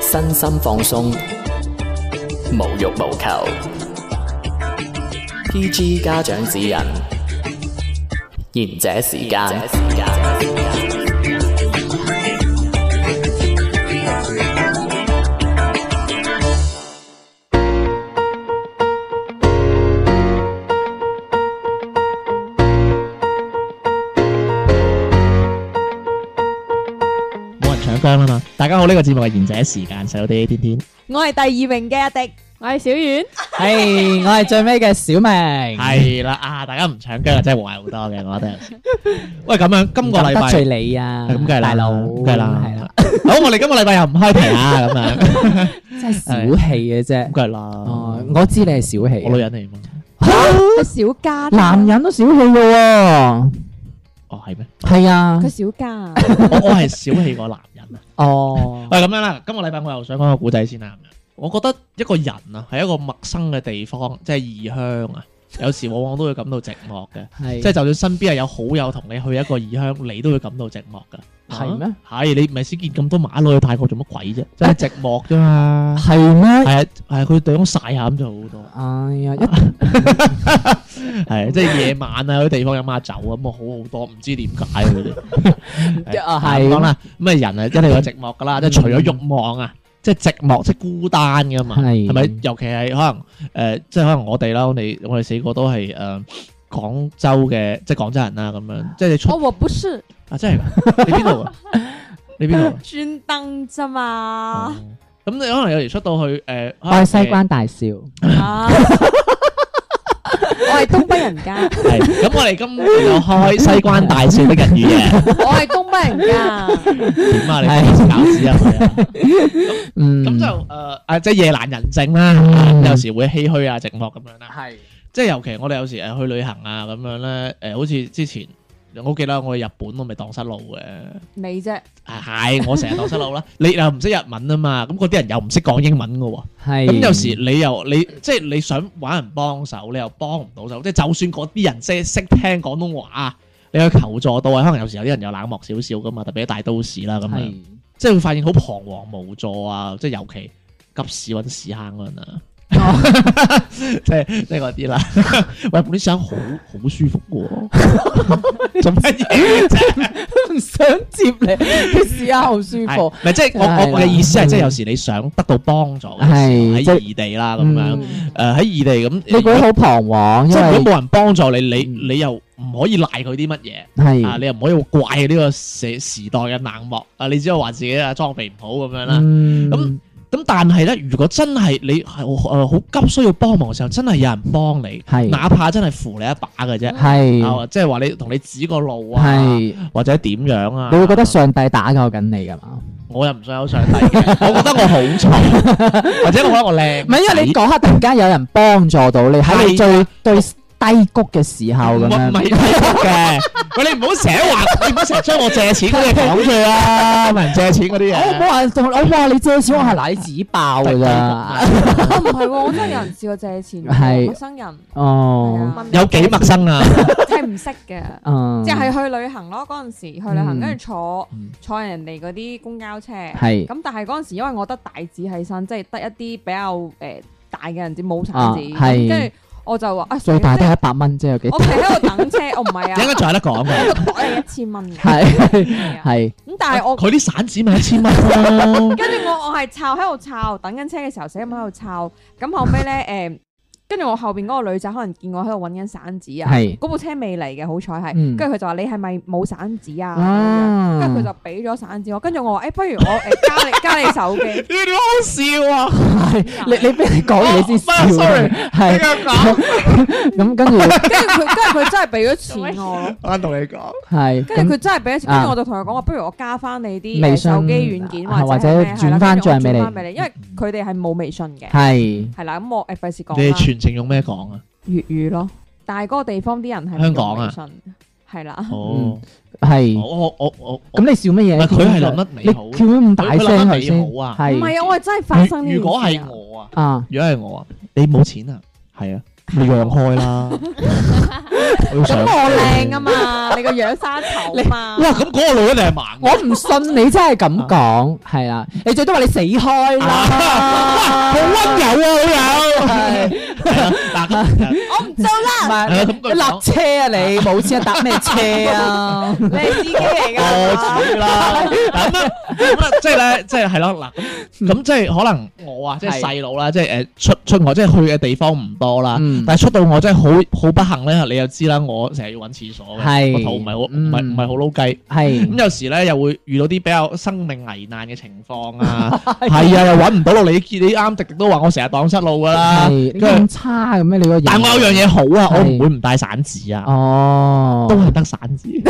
身心放鬆，無欲無求。PG 家長指引，賢者時間。冇人搶光啊嘛！大家好，呢、個節目係賢者時間，細佬啲天天，我系第二名嘅阿迪，我系小远，係，我係最尾嘅小明，係啦啊！大家唔搶姜啊，真係和諧好多 嘅，我覺得。喂，咁樣今個禮得罪拜你啊，咁梗係啦大佬，梗係啦係啦，好，我哋今個禮拜又唔 開題啊，咁樣真係小氣嘅啫咁。梗係啦。哦，我知你係小氣我女嘅，人嚟嘛？ 佢小家，男人都小氣嘅喎，哦，係咩？係啊佢，小 家啊，我我係小氣過男人啊。哦，喂，咁樣啦，今個禮拜我又想講個古仔先啦。咁樣我覺得一個人啊，喺一個陌生嘅地方，即係異鄉啊，有時往往都會感到寂寞嘅。係，即係就算身邊係有好友同你去一個異鄉，你都會感到寂寞噶。係咩？係你咪先見咁多馬佬去泰國做乜鬼啫？真係寂寞啫嘛。係咩？係啊，係啊佢地方曬下咁就好多。哎呀，一係啊即係夜晚啊，嗰啲地方飲下酒啊咁啊，好好多，唔知點解 佢哋。啊係咁講係，啦，咁啊人啊一定有寂寞噶啦，即係除咗慾望啊，即係寂寞，即係孤單噶嘛，係係咪？尤其係可能誒，即係可能我哋啦，我哋我哋四個都係誒廣州嘅，即係廣州人啦，咁樣，即係你出哦我我不是啊，真係㗎，你邊 度啊？你邊度啊？专登咋哦，嘛咁你可能有時出到去呃誒，我可能係西關大少，啊， 我系东北人家，係咁，我哋今日又開西關大少的日語嘅，我系東北人家，點啊？你係搞屎啊？係咪啊嗯，咁就誒啊，即係夜闌人靜啦，嗯有時會唏噓啊、寂寞咁樣啦。係即係尤其我哋有時誒去旅行啊咁樣咧，誒好似之前我記得我去日本我咪蕩失路嘅， 你啫，啊係我成日蕩失路啦。你又唔識日文啊嘛，咁嗰啲人又唔識講英文嘅喎，係，咁有時你又你即係你想揾人幫手，你又幫唔到手，即係就算嗰啲人即係識聽廣東話。你去求助到啊，可能有時有啲人又冷漠少少噶嘛，特別喺大都市啦咁樣，係即係會發現好彷徨無助啊！即係尤其急屎揾屎坑嗰陣啊，哦 即係即係嗰啲啦。 喂，日本啲屎坑好好舒服 嘅喎，做乜嘢啫？唔想接你，啲屎眼好舒服係，咪即係我我我嘅意思係，即係有時你想得到幫助嘅時候係即喺係異地啦咁樣，嗯誒喺異地咁，你覺得好彷徨，因即係如為果冇人幫助你，你你又唔可以賴佢啲乜嘢。啊！係，你又唔可以怪呢個社時代嘅冷漠啊！你只可以話自己啊裝備唔好咁樣啦。嗯咁咁但係咧，如果真係你係好好急需要幫忙嘅時候，真係有人幫你，係哪怕真係扶你一把嘅啫，係啊即係話你同你指個路啊，係。或者點樣啊，你會覺得上帝打救緊你㗎嘛？我又唔想有上帝嘅， 我覺得我好醜，或者我覺得我靚，唔係，因為你講下突然間有人幫助到你，喺你最最低谷嘅時候咁唔係唔 係樣，嘅，喂你唔好成日話，你唔好成日將我借錢嗰啲講出去啦，問人借錢嗰啲我嘢。冇話同我話你借錢，我係奶紙爆㗎咋。我哦唔係喎，我真係有人試過借錢，係陌生人，哦，係有幾陌生啊？係唔識嘅。嗯，即係去旅行咯，嗰陣時去旅嗯行，跟住坐嗯坐人哋嗰啲公交車，係咁但係嗰陣時，因為我得大紙喺身，即係得一啲比較誒大嘅人紙冇散啊係紙，咁跟住我就話啊，最大即都係係一百蚊啫，有幾我唔係喺度等車，我唔係 應啊，該仲有得講嘅。我係一千蚊嘅，係係啊係咁但係我佢啲散紙咪一千蚊咯，跟住我我係抄喺度抄，等緊車嘅時候死咁喺度抄，咁後尾咧 誒，跟住我後邊嗰個女仔可能見我喺度揾緊散紙啊，係嗰部車未嚟嘅，好彩係，嗯跟住佢就話你係咪冇散紙啊？咁樣跟住佢啊就，俾咗散紙我，跟住我話：誒、不如我誒、加你加你 手機，你哋好笑啊！係你你俾你講完你先笑啊唔係，sorry，係咁跟住跟住佢跟住佢真係俾咗錢我 咯，我同你講，係跟咁住佢真係俾咗錢，啊跟住我就同佢講話，不如我加翻你啲微誒信手機軟件啊或者係或者咩係啦轉返跟住我賬俾你轉返俾你，因為佢哋係冇微信嘅，係係啦，咁我誒費事講你哋啦，全程用咩講啊？粵語咯，但係嗰個地方啲人係香港啊冇微信，係啦，哦，係。我我我我咁你笑乜嘢唔係咧？佢係諗得你好你叫咁大佢佢諗聲得頭你先，好啊唔係係啊，我係真係發生呢如件如果事係 À. 啊，我啊，啊，à? 如果係我啊，你冇錢啊，係啊，你讓開啦，我要咁上。我靚啊嘛，你個樣生頭嘛，哇！咁嗰個女人你係盲嘅。我唔信你真係咁講，係啦，你最多話你死開啦，好温柔啊，係好有。嗱咁，我唔做唔係啦，係你咯咁佢你落車啊你，冇錢啊搭咩車啊？你係司機嚟㗎，我知 啦。嗱咁啊，咁啊，即係咧，即係係咯。嗱咁，咁即係可能我啊，即係嗯係細佬啦，即係誒出出外，即係去嘅地方唔多啦。嗯但係出到我真係好好不幸咧，你又知啦，我成日要揾廁所嘅，係個肚唔係好唔嗯係唔係好撈雞。係咁有時咧又會遇到啲比較生命危難嘅情況啊， 係啊，又揾唔到路。你你啱迪迪都話我成日蕩失路㗎啦。係你跟咁差嘅咩？你個人但我有樣嘢好啊，係我唔會唔帶散紙啊，哦，都係得散 紙，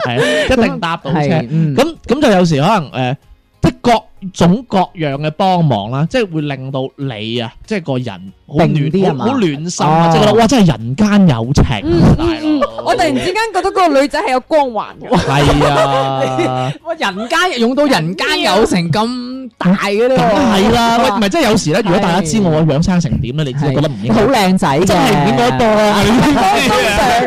係啊，一定搭到車。係咁嗯咁就有時可能誒，即係各種各樣嘅幫忙啦，即係會令到你啊，即係個人好定啲係暖嘛好好暖心啊，哦嗯即係覺得哇，真係人間有情啊，大佬，嗯我突然之間覺得嗰個女仔係有光環嘅。係啊。哇！人間用到哦人間有成咁大嘅呢梗啊係個，啦，喂，唔係即係有時咧，如果大家知我養生成點咧，你知係覺得唔應好 該，靚仔嘅，真係唔應該多啊，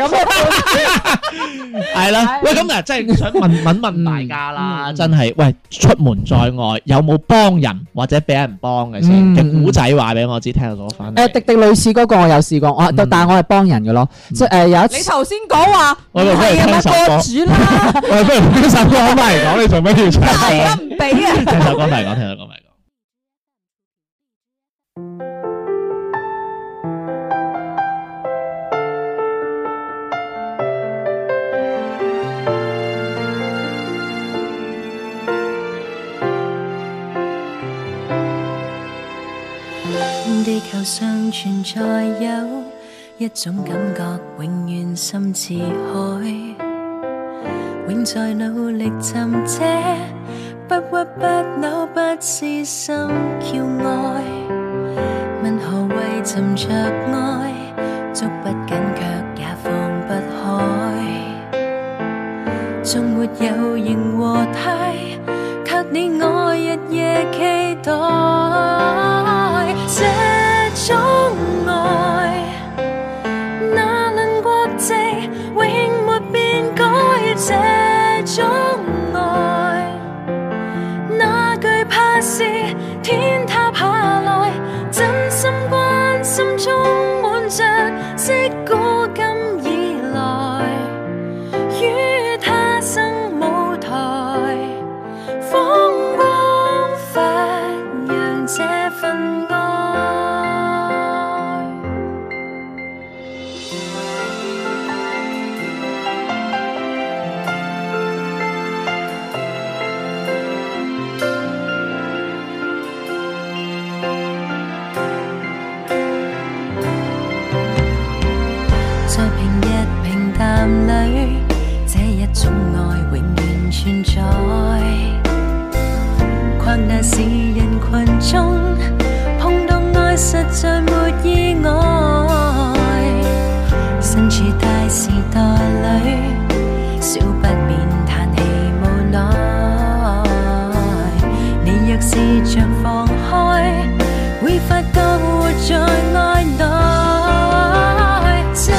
咁啊樣係啦，係喂，咁嗱，即係想問問問大家啦，嗯嗯真係，喂，出門在外有冇幫人或者俾人幫嘅先嗯嘅古仔話俾我知，聽到咗翻嚟誒，。迪迪類似嗰個我有試過，我嗯但但係我係幫人嘅咯，即係誒有一你次。頭先講話唔我以為係啊聽嘛，首個歌主啦，喂，不如聽首歌翻嚟講，你做咩要唱係啊，唔俾啊。聽首歌翻嚟講，聽首歌翻嚟講。地球上存在有一種感覺，永遠深似海，永在努力尋姐，不屈不撓，不是心叫愛。問何謂尋着愛？捉不緊卻也放不開，縱沒有形和態。卻你我日夜期待，這種愛哪論國籍，永沒變改。這種愛哪懼怕是天塌下來，真心關心充滿着，即古今以來，於他生舞台。風光發揚這份愛，在平日平淡裏，這一種愛永遠存在。困難是人群中碰到愛，實在沒意外。身處大時代裏，少不免嘆氣無奈。你若試着放開，會發覺活在愛內。這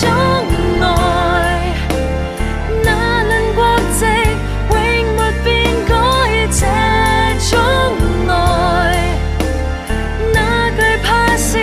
種愛。那論國籍，永沒變改。這種愛，哪懼怕是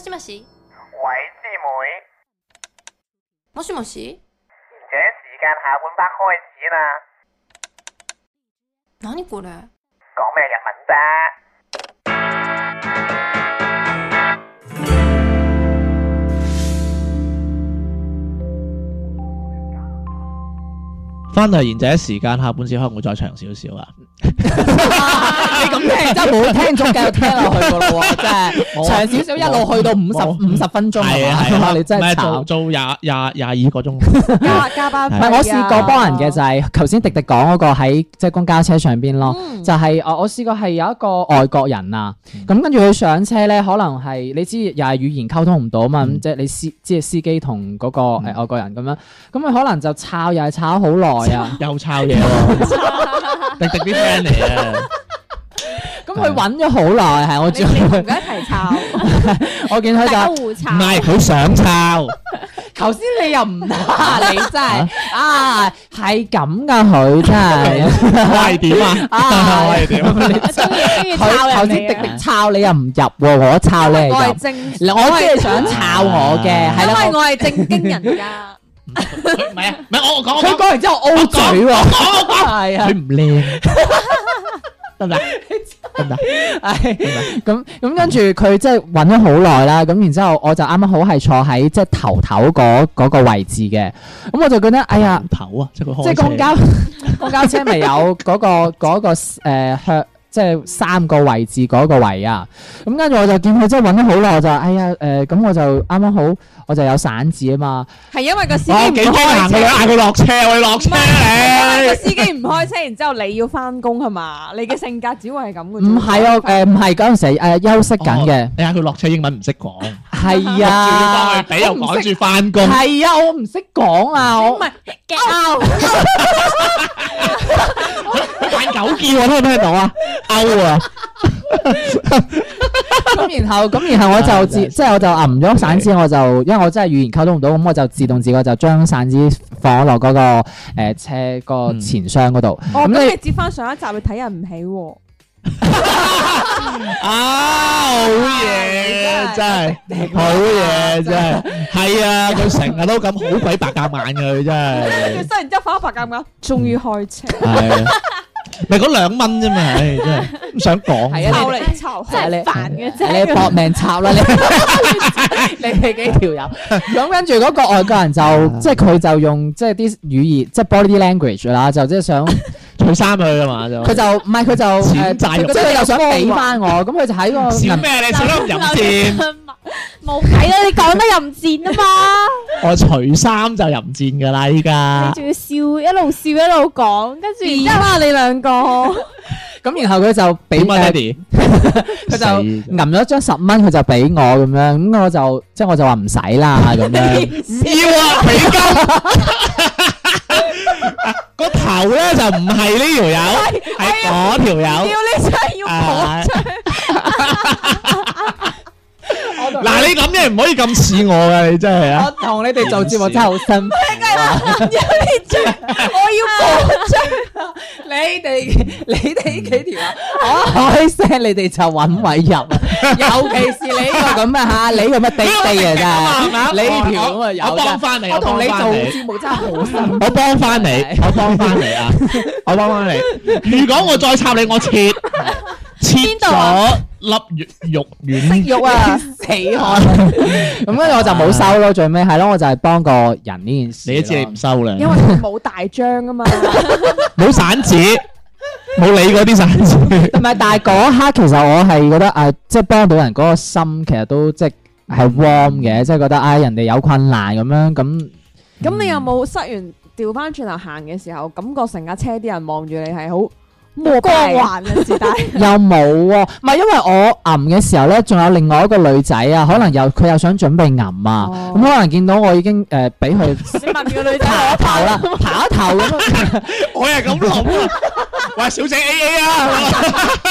しもし喂，師妹，もしもし而且時間下半 part 開始啦，何これ講咩日文啫？翻嚟賢者時間下半節可能會再長少少啊。你咁 聽真冇聽足，繼續聽落去噶咯喎，真係長少少一路去到五十五十分鐘係係啊嘛係啊，你真唔係係慘做。做廿廿廿二個鐘，加加班唔費係啊我試過幫人嘅就係頭先迪迪講嗰個喺即係公交車上邊咯，嗯就係我我試過係有一個外國人啊，咁跟住佢上車咧，可能係你知又係語言溝通唔到啊嘛，咁即係你司即係司機同嗰個誒外國人咁樣，咁佢可能就抄又係抄好耐 啊，又抄嘢喎，迪迪啲 friend 嚟啊，咁佢揾咗好耐係我你見你同佢佢一齊抄， 我見佢大家就互炒唔。係佢想抄，頭先你又唔 得，你真係啊係咁噶佢真係。 我係點啊？啊我係點 啊？中意中意抄佢人頭先哋迪嘅迪抄你又唔入喎，我抄你我係係入。正，嗱我即係想炒我啊嘅，係因為啦。我係正經人㗎。唔係啊，唔係我我講我佢講講完之後 O 嘴喎，係啊佢，唔靚，得唔得？得唔得？ 係咁咁跟住佢即係揾咗好耐啦，咁然之後我就啱啱好係坐喺即係頭頭嗰嗰個位置嘅，咁我就覺得哎呀，頭啊，即係佢開即係公車交 公交車咪有嗰個嗰個誒向。即係三個位置嗰個位啊，咁跟住我就見佢真係揾咗好耐，我就哎呀誒，咁、我就啱啱好，我就有散紙啊嘛，係因為個司機我唔幾驚開行佢車，嗌佢落車，我要落車因為個你。司機唔開車，然之後你要翻工係嘛？你嘅性格只會係咁嘅啫。唔係啊誒，唔係嗰陣時誒休 Ờ, 息緊嘅哦，你嗌佢落車英文唔識講，係仲 要幫啊佢，俾又趕住翻工，係啊，我唔識講啊，我玩狗叫我聽唔聽 到啊？勾啊！咁然後咁然後我就自真係即係我就揞咗散紙，我就因為我真係語言溝通唔到，咁我就自動自覺就將散紙放咗落嗰個呃誒車個嗯前箱嗰度。哦，咁咁你你接翻上一集，你睇人唔起喎。啊，好嘢，真係好嘢，真係 係啊！佢成日都咁好鬼白鴿眼嘅，佢真跟係住然之後反白鴿眼，終於開車，係啊，咪嗰兩蚊啫嘛，唉，真係唔想講。係啊臭嚟臭去。真係煩嘅啫。你搏命插啦你， 你哋幾條友。咁跟住嗰個外國人就啊即係佢就用即係啲語言即係 body language 啦，就即係 想。除衫佢啊嘛就。佢就唔係佢就誒錢債肉即係佢就想俾翻我，咁佢就喺個笑銀咩？你笑得唔淫賤，冇計啦，你講得又唔賤啊嘛，我除衫就淫賤噶啦，依家你仲要笑，一路笑一路講，跟住然之後啦，你兩個咁，然後佢就俾點啊，誒爹哋？佢就死揞咗張十蚊，佢就俾我咁樣，咁我就即係我就話唔使啦咁樣， 唔要啊，俾金。 個頭咧就唔係呢條友，係嗰條要友。你真係要講。啊嗱，你咁嘅唔可以咁似我噶，你真係我啊！同你哋做節目真係好辛 苦。我要播出，你哋你哋幾條啊？我開聲，你哋就揾位入，啊 尤其是你呢個咁啊嚇，你咁嘅地地啊係咪 啊真係，你條咁啊有我幫翻你，我同你幫做返節目真係好辛苦。我幫翻你，我幫翻你啊！我幫翻你。如果我再插你，我切切度啊咗粒肉肉丸。肉啊， 死我！咁跟住我就冇收咯，最尾係咯，我就係幫個人呢件事咯。你都知你唔收啦，因為佢冇大張啊嘛，冇散紙，冇理嗰啲散紙。唔係，但係嗰一刻其實我係覺得啊，即係幫到人嗰個心，其實都即係係 warm 嘅，即係覺得啊，人哋有困難咁樣咁。咁你有冇塞完調翻轉頭行嘅時候，感覺成架車啲人望住你係好冇光光環嘅事，但係 又冇喎，唔係因為我揞嘅時候咧，仲有另外一個女仔啊，可能又佢又想準備揞啊，哦咁可能見到我已經誒俾佢你問個女仔爬一頭啦，爬一頭咁樣。我係咁諗啊！喂，小姐 A A 啊！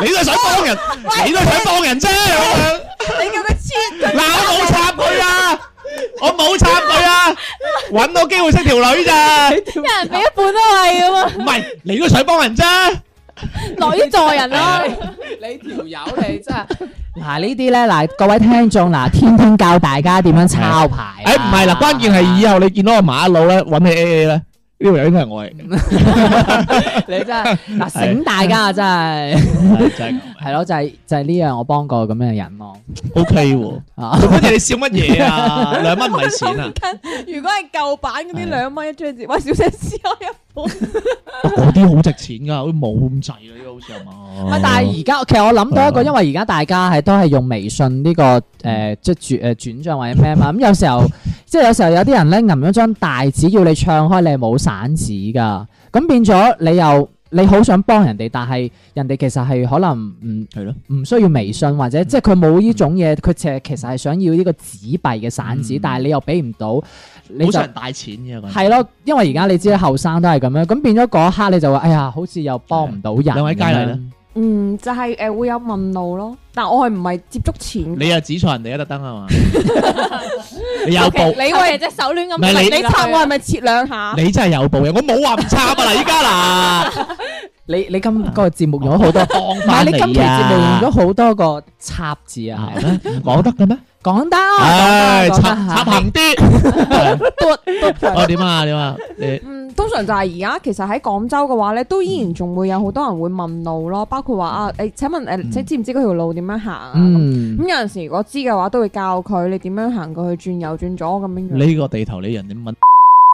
你都係想幫人，你都係想幫人啫。你叫佢黐嗱，我冇插佢啊！我冇插佢啊！揾到機會識條女咋？一人俾一半都係咁啊，唔係，你都想幫人啫。 樂於助人咯。你條友你真係嗱呢啲咧嗱，各位聽眾嗱，天天教大家點樣抄牌。啊哎诶，唔係啦，關鍵係以後你見到個馬佬咧，揾你 A A 咧，呢條友應該係我嚟嘅， 你真係嗱醒大家啊真係真係係咯，就係就係呢樣我幫過咁樣嘅人咯。 O K 喎。啊，跟住你笑乜嘢啊？兩蚊唔係錢啊！如果係舊版嗰係啲兩蚊一張紙，喂，小姐撕開一本，哇哦嗰啲好值錢㗎，好似冇咁滯㗎，呢個好似係唔嘛係？但係而家其實我諗到一個，哦係啊嗯因為而家大家係都係用微信呢個誒即係轉誒轉帳或者咩嘛，咁有時候 即係有時候有啲人咧揞咗張大紙要你唱開，你係冇散紙㗎，咁變咗你又。你好想幫人哋，但係人哋其實係可能唔係咯，唔需要微信或嗯者即係佢冇呢種嘢，佢其實其實係想要呢個紙幣嘅散紙，嗯但係你又俾唔到，你好就啊少人帶錢嘅嗰陣係咯，因為而家你知後生都係咁樣，咁變咗嗰一刻你就話：哎呀，好似又幫唔到人。兩位佳麗呢？嗯，就係誒會有問路咯，但我係唔係接觸錢嘅？你又指錯人哋啊，特登 係嘛？你有報，你喂隻手亂咁唔係你你啊你插我係咪切兩下？你真係有報嘅，我冇話唔插啊嗱，依 家嗱，你你今啊個節目用咗好多，當唔係翻你今期節目用咗咗好多個插字啊，係講得嘅咩？講得，啊唉，講插得啊插講行啲，得係哦點啊點啊，你嗯，通常就係而家，其實喺廣州嘅話咧，都依然仲會有好多人會問路咯，包括話啊，誒、請問誒，嗯即、知唔知嗰條路點樣行啊？咁、嗯，有陣時如果知嘅話，都會教佢你點樣行過去，轉右轉左咁樣樣。呢個地頭你人哋問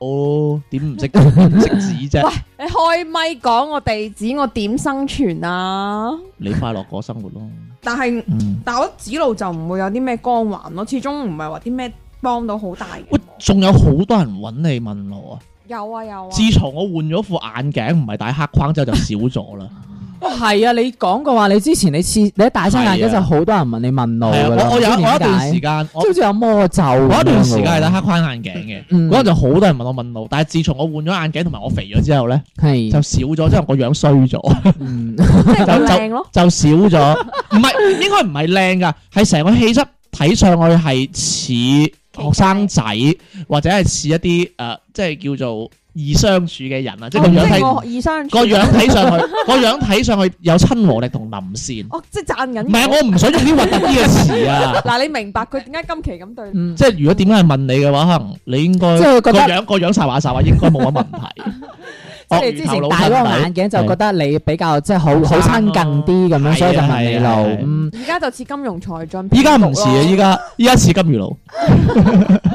哦，點唔識唔識指啫？你開咪講我地址，我點生存啊？你快樂過生活咯，但係嗯。但我指路就唔會有啲咩光環咯，始終唔係話啲咩幫到好大喂嘅。，仲有好多人揾你問路啊！有啊有啊，自從我換咗副眼鏡，唔係戴黑框之後就少咗啦。哦係啊，你講過話你之前你次你喺大西眼嗰係啊就好多人問你問路 係啊，㗎啦，我我有唔知我有點一段解時間，我即係好似有魔咒咁樣㗎喎，我一段時間係戴黑框眼鏡嘅，嗯嗰陣就好多人問我問路。但係自從我換咗眼鏡同埋我肥咗之後咧，嗯係就少咗，即係個樣衰 咗，嗯即係就唔就靚咯。就少咗。唔係應該唔係靚㗎，係成個氣質睇上去係似學生仔，或者係似一啲誒、呃即係叫做易相處嘅人啊，即係個樣哦即睇係我易相處個樣睇上去， 個樣睇上去有親和力同臨善。哦，即係讚緊。。唔係，啊我唔想用啲核突啲嘅詞啊 嗱，你明白佢點解今期咁對你？嗯，即係如果點解係問你嘅話，可能你應該即係覺個得樣個樣撒話撒話應該冇乜 問題。哦即係你之前戴嗰個眼鏡就覺得你比較即係好好親近啲咁係樣，啊所以就問你係啊係啊路。嗯，而家就似金融財進，依家唔似啊！依家依家似金魚佬，偷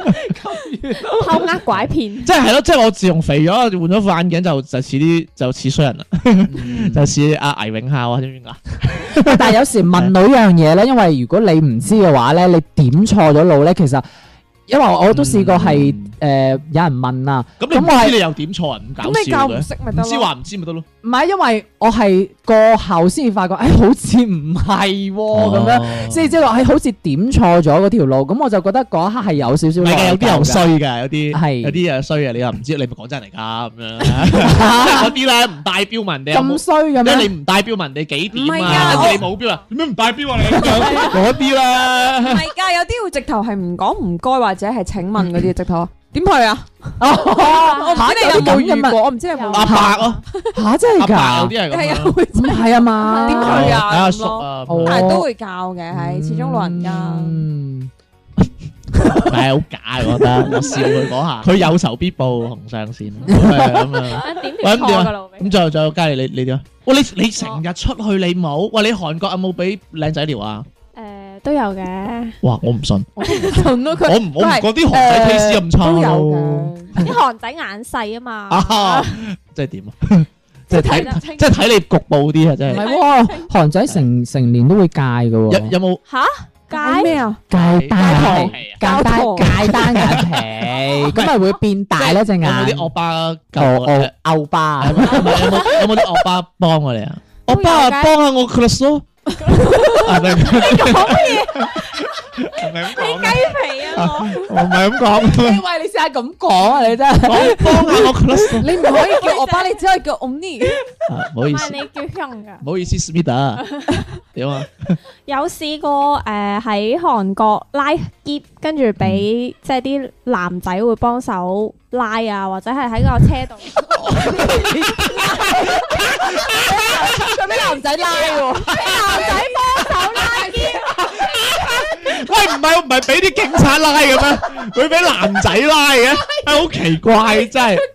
呃拐騙，即係係咯，即係我自從肥咗換咗副眼鏡就就似啲就似衰人啦，嗯 就似阿倪永孝啊，知唔知點解？但係有時問到一樣嘢咧，因為如果你唔知嘅話咧，你點錯咗路咧，其實因為我都試過係嗯誒有人問啊，咁你唔咁我係知你又點錯人咁搞咁你教笑唔嘅？識咪唔得知咯？話唔知咪得咯？唔係因為我係過後先至發覺，誒哎好似唔係喎哦哦咁樣。樣即係即係話，哎誒好似點錯咗嗰條路，咁我就覺得嗰一刻係有少少唔係嘅，有啲內疚又㗎衰嘅，有啲係有啲又衰嘅，你又唔知，你咪講真嚟㗎咁樣嗰啲咧，唔帶標文你有冇咁衰嘅即咩係？你唔帶標文你幾唔點係啊？啊跟住你冇標啊？點解唔帶標啊？你咁樣嗰啲唔啦，係㗎，有啲會直頭係唔講唔該或者係請問嗰啲 直頭點去啊？哦我唔嚇知你有冇有遇咁嘅過，我唔知你有冇遇過阿伯咯，吓真係阿伯有㗎？啲係咁係啊樣。會唔係啊嘛？點佢去啊睇阿叔啊，哦咁樣但係都會教嘅，係始終老人 家。嗯唔係好假嘅，我覺得我笑佢嗰下，佢有仇必報，紅上線係咁 啊。點喂條咁點錯啊嘅路俾咁再再加你你點啊？哇！你你成日出去你冇，喂！你韓國有冇俾靚仔撩啊？誒都有嘅，哇！我唔信，信到我佢唔我唔覺啲韓仔 taste 咁差都有咯。嘅。啲韓仔眼細 啊嘛，啊！即係點啊？即係睇睇得清即係睇你局部啲啊！真唔係係喎，韓仔成成年都會戒嘅有喎，有冇？嚇解戒咩啊？戒單眼皮，戒單膠糖戒單眼 皮，咁咪會變大咧隻眼。哦有冇啲惡霸救牛我哋啊？牛巴 有，冇有冇啲惡霸幫我哋啊？都惡有霸啊㗎幫下我 class 咯。係咪你講乜嘢係咪咁講啊 雞皮啊我？我唔係咁講，喂，你試下咁講啊！你真係，我幫下我 close。你唔可以叫我巴，你只可以叫 Omni。啊唔好意唔思係，你叫香噶唔。好意思，Smita 點啊？有試過誒喺韓國拉結，跟住俾即係啲男仔會幫手拉啊，或者係喺個車度。佢俾男仔拉喎，喂，唔係唔係俾啲警察拉嘅咩？佢俾男仔拉嘅，係好奇怪真係。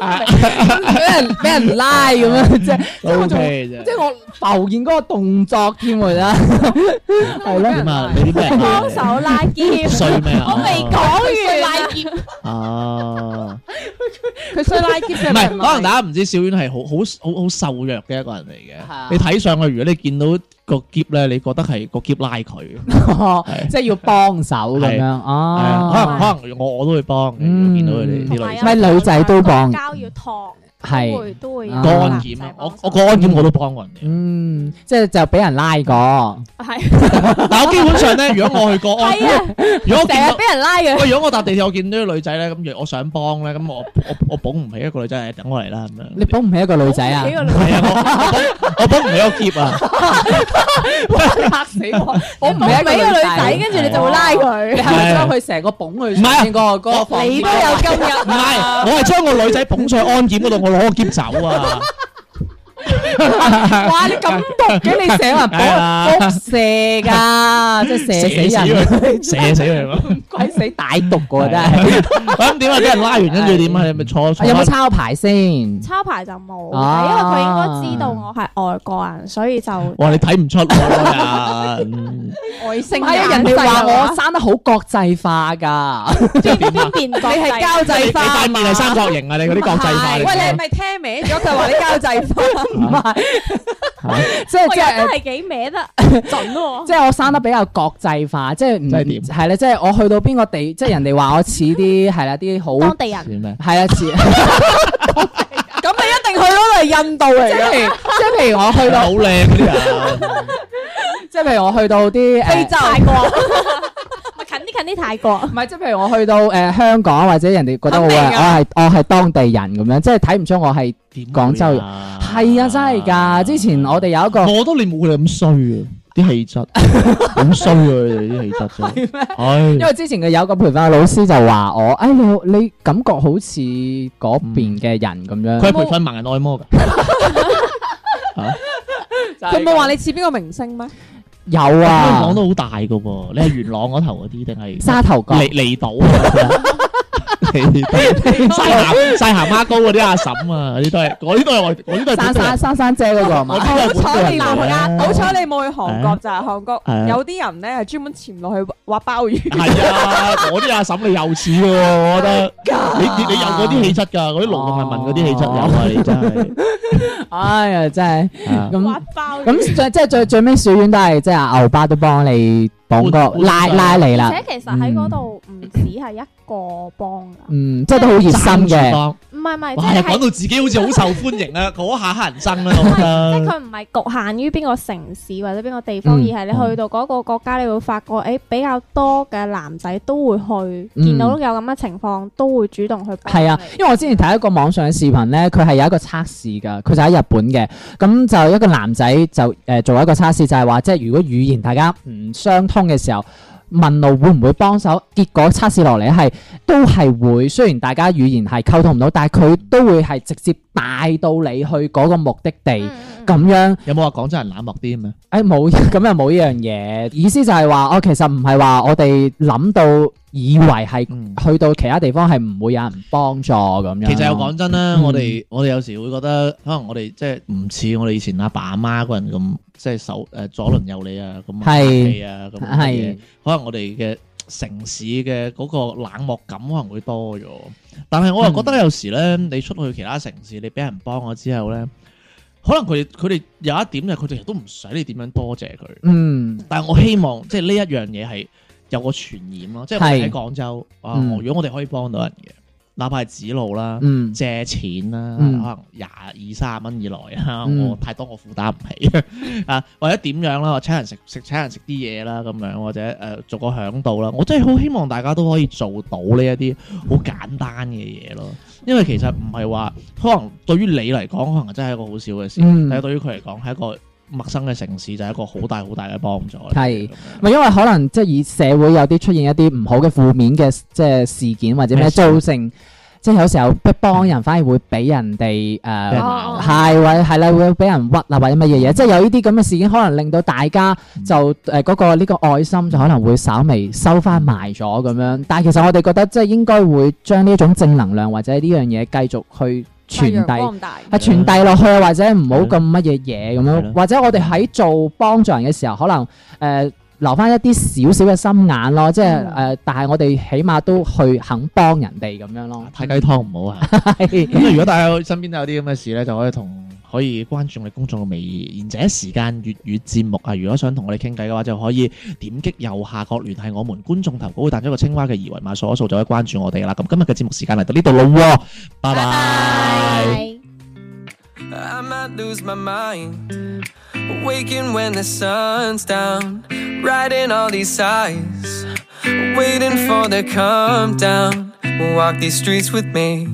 俾人俾人拉咁樣，即係即係我仲 O K 啫即。係我浮現嗰個動作添喎， 真係係咯。點啊？你啲咩？幫手拉結，衰咩啊？我未講完拉結，啊。佢衰拉 keep 唔係，可能大家唔知小丸係好好好好瘦弱嘅一個人嚟係啊嘅。你睇上去，如果你見到個夾咧，你覺得係個夾拉佢，哦即係要幫手咁樣係哦，啊，可能可能我我都會幫嘅。嗯見到佢哋啲女咪仔女仔都幫膠要托，都係會都會啊個安檢啊，我我個安檢我都幫過人哋。嗯，即係就俾人拉過，係但我基本上咧，如果我去個安，係啊，如果我見成日到俾人拉嘅。喂，如果我搭地鐵我見到啲女仔咧，咁我想幫咧，咁我我我捧唔起一個女仔，哎等我嚟啦咁樣。你保唔起一個女仔啊？係啊，我我捧我捧唔起個夾啊！嚇死我！保唔唔係一個女仔，跟跟住你就會拉佢。你係咪將佢成個捧佢唔係啊上個個房？你都有今日，唔係，我係將個女仔捧上去安檢嗰度，我攞個夾走 啊！哇！你咁毒嘅，你成日係啊保輻射㗎，即係射死人，佢，射死佢咯！鬼 死大毒㗎真 係。咁點啊？俾人拉完跟住點啊？你咪坐坐有冇翻抄牌先？抄牌就冇，啊因為佢應該知道我係外國人，所以就哇！你睇唔出我啊！嗯外星唔係啊，人哋話我生得好國際化 㗎，邊邊邊國你係際交你你際花塊面係三角形啊！你嗰啲國際化喂，嚟你係咪聽歪咗？佢話你交際花，唔係即我係即又係真。係幾歪得準喎。即係我生得比較國際化，即係唔即係點係啦，即係我去到邊個地，即係人哋話我似啲係啦，啲好當地人算咩？係啦似，咁你一定去嗰度係印度嚟即係嘅，譬如即係譬如我去好 到，靚嗰啲人，即係譬如我去到啲非誒洲，泰國， 咪近啲近啲泰國。唔係，即係譬如我去到誒香港或者人哋覺得我肯定係啊我㗎係我係當地人咁樣，即係睇唔出我係點 會廣州人啊係啊，真係㗎！之前我哋有一個我覺得你冇佢哋咁衰啊，啲 氣質好衰啊！佢哋啲氣質真係，因係為之前嘅有個培訓老師就話我，哎你好你感覺好似嗰邊嘅人咁樣，嗯佢係培訓盲人按摩㗎。佢冇話你似邊個明星咩？有香港啊，都好大㗎喎，你係元朗嗰頭嗰啲定係沙頭角離離島啊？ 離島啊曬鹹曬鹹媽高嗰啲阿嬸啊，嗰啲都係，嗰啲都係我，嗰啲都係珊本地珊 人。珊珊姐嗰個係嘛我？呢好個係本彩地你人南嚟亞，嘅好彩你冇去韓國咋？韓國係啊有啲人咧係專門潛落去挖鮑魚。係啊，嗰啲阿嬸你又似喎，我覺 Oh 得。你你你有嗰啲氣質㗎，嗰啲勞動人民嗰啲氣質有啊，你真係。哎呀，真係啊咁挖包咁最即係最最尾小院都係即係阿牛巴都幫你綁個搬搬拉上拉你啦而，且其實喺嗰度唔止係一個幫噶，嗯，即係都好熱心爭住嘅，幫唔係唔係，即哇！係講係到自己好似好受歡迎 啊，嗰下黑人憎啦，我覺即係得。佢唔係局限於邊個城市或者邊個地嗯方，而係你去到嗰個國家，你會發覺誒比較多嘅男仔都會去，嗯見到有咁嘅情況都會主動去幫係啊，因為我之前睇一個網上嘅視頻咧，佢係有一個測試㗎，佢就喺日本嘅，咁就一個男仔就誒、呃做一個測試，就係話即係如果語言大家唔相通嘅時候。問路會唔會幫手？結果測試落嚟係都係會，雖然大家語言係溝通唔到，但係佢都會係直接帶到你去嗰個目的地嗯嗯嗯咁樣。有冇話廣州人冷漠啲咁啊？誒冇 咁又冇呢樣嘢，意思就係話，我、其實唔係話我哋諗到以為係嗯去到其他地方係唔會有人幫助咁樣。其實又講真啦，嗯我哋我哋有時會覺得，可能我哋即係唔似我哋以前阿爸阿媽嗰人咁，即係手誒左鄰右里啊，咁係客氣啊，咁乜嘢係。可能我哋嘅城市嘅嗰個冷漠感可能會多咗，但係我又覺得有時咧，你出去其他城市，你俾人幫我之後咧，可能佢哋佢哋有一點就係佢哋都唔使你點樣多謝佢，嗯但係我希望即係呢一樣嘢係有個傳染咯，即係我哋喺係廣州啊，嗯我如果我哋可以幫到人嘅。哪怕係指路啦。嗯借錢啦，可嗯能廿二三十蚊以內啊，嗯我太多我負擔唔起 啊，或者點樣啦，我請人食食請人食啲嘢啦咁樣，或者誒、呃做個響度啦，我真係好希望大家都可以做到呢一啲好簡單嘅嘢咯，因為其實唔係話可能對於你嚟講，可能真係一個好少嘅事，嗯但係對於佢嚟講係一個陌生嘅城市，就係、一個好大好大嘅幫助。係咁樣咪因為可能即係以社會有啲出現一啲唔好嘅負面嘅即係事件或者咩咩事造成，即係有時候不幫人反而會俾人哋誒俾人鬧哦哦係或者係啦，會俾人屈啊或者乜嘢嘢，即係有呢啲咁嘅事件，可能令到大家就誒嗰、個呢個愛心就可能會稍微收翻埋咗咁樣。但係其實我哋覺得即係應該會將呢一種正能量或者呢樣嘢繼續去傳遞。咁大。係啊傳遞落去，或者唔好咁乜嘢嘢咁係樣，咯或者我哋喺做幫助人嘅時候，可能誒、呃留翻一啲少少嘅心眼咯，即係嗯誒、呃但係我哋起碼都去肯幫人哋咁樣咯。太雞湯唔好 啊！係咁如果大家身邊都有啲咁嘅事咧，就可以同可以關注我哋公眾嘅微言者時間粵語節目啊。如果想同我哋傾偈嘅話，就可以點擊右下角聯繫我們觀眾投稿，會彈咗個青蛙嘅二維碼，掃一掃就可以關注我哋啦。咁啊今日嘅節目時間嚟到呢度咯喎，拜拜。 I might lose my mind. Waking when the sun's down, riding all these sighs, waiting for the calm down. Walk these streets with me.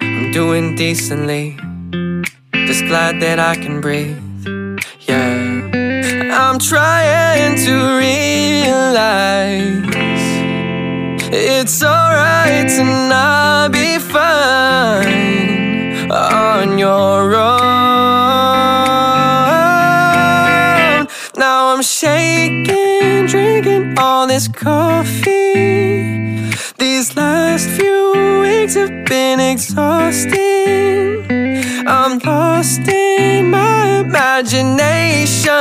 I'm doing decently, just glad that I can breathe. Yeah, I'm trying to realize it's alright to not be fine on your own. Now I'm shaking, drinking all this coffee. These last few weeks have been exhausting. I'm lost in my imagination.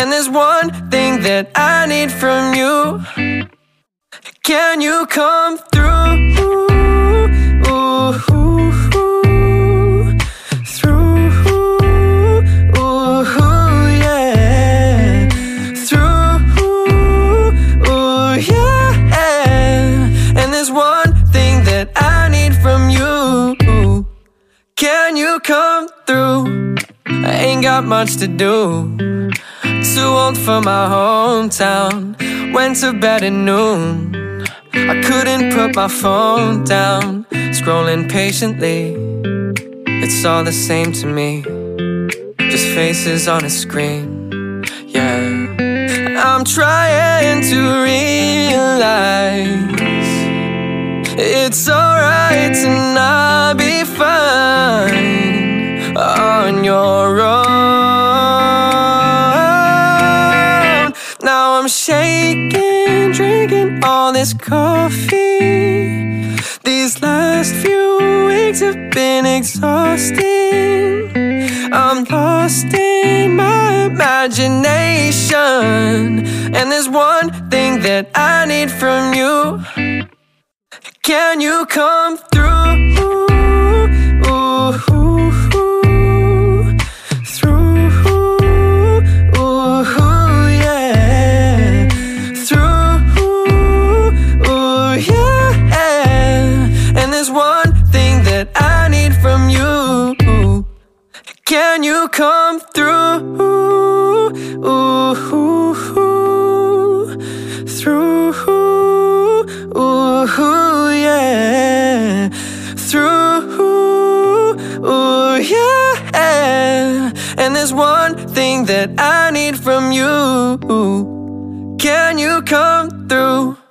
And there's one thing that I need from you. Can you come through? Through, yeah. Through, yeah. And there's one thing that I need from you. Can you come through? I ain't got much to do too old for my hometown. Went to bed at noon. I couldn't put my phone down. Scrolling patiently, it's all the same to me. Just faces on a screen. Yeah, I'm trying to realize it's alright to not be fine on your own. Now I'm shaking, drinking all this coffee. These last few weeks have been exhausting. I'm lost in my imagination. And there's one thing that I need from you. Can you come through? Through, yeah. Through, yeah. And there's one thing that I need from you. Can you come through? Through, yeah. Through, yeah. And there's one thing that I need from you. Can you come through?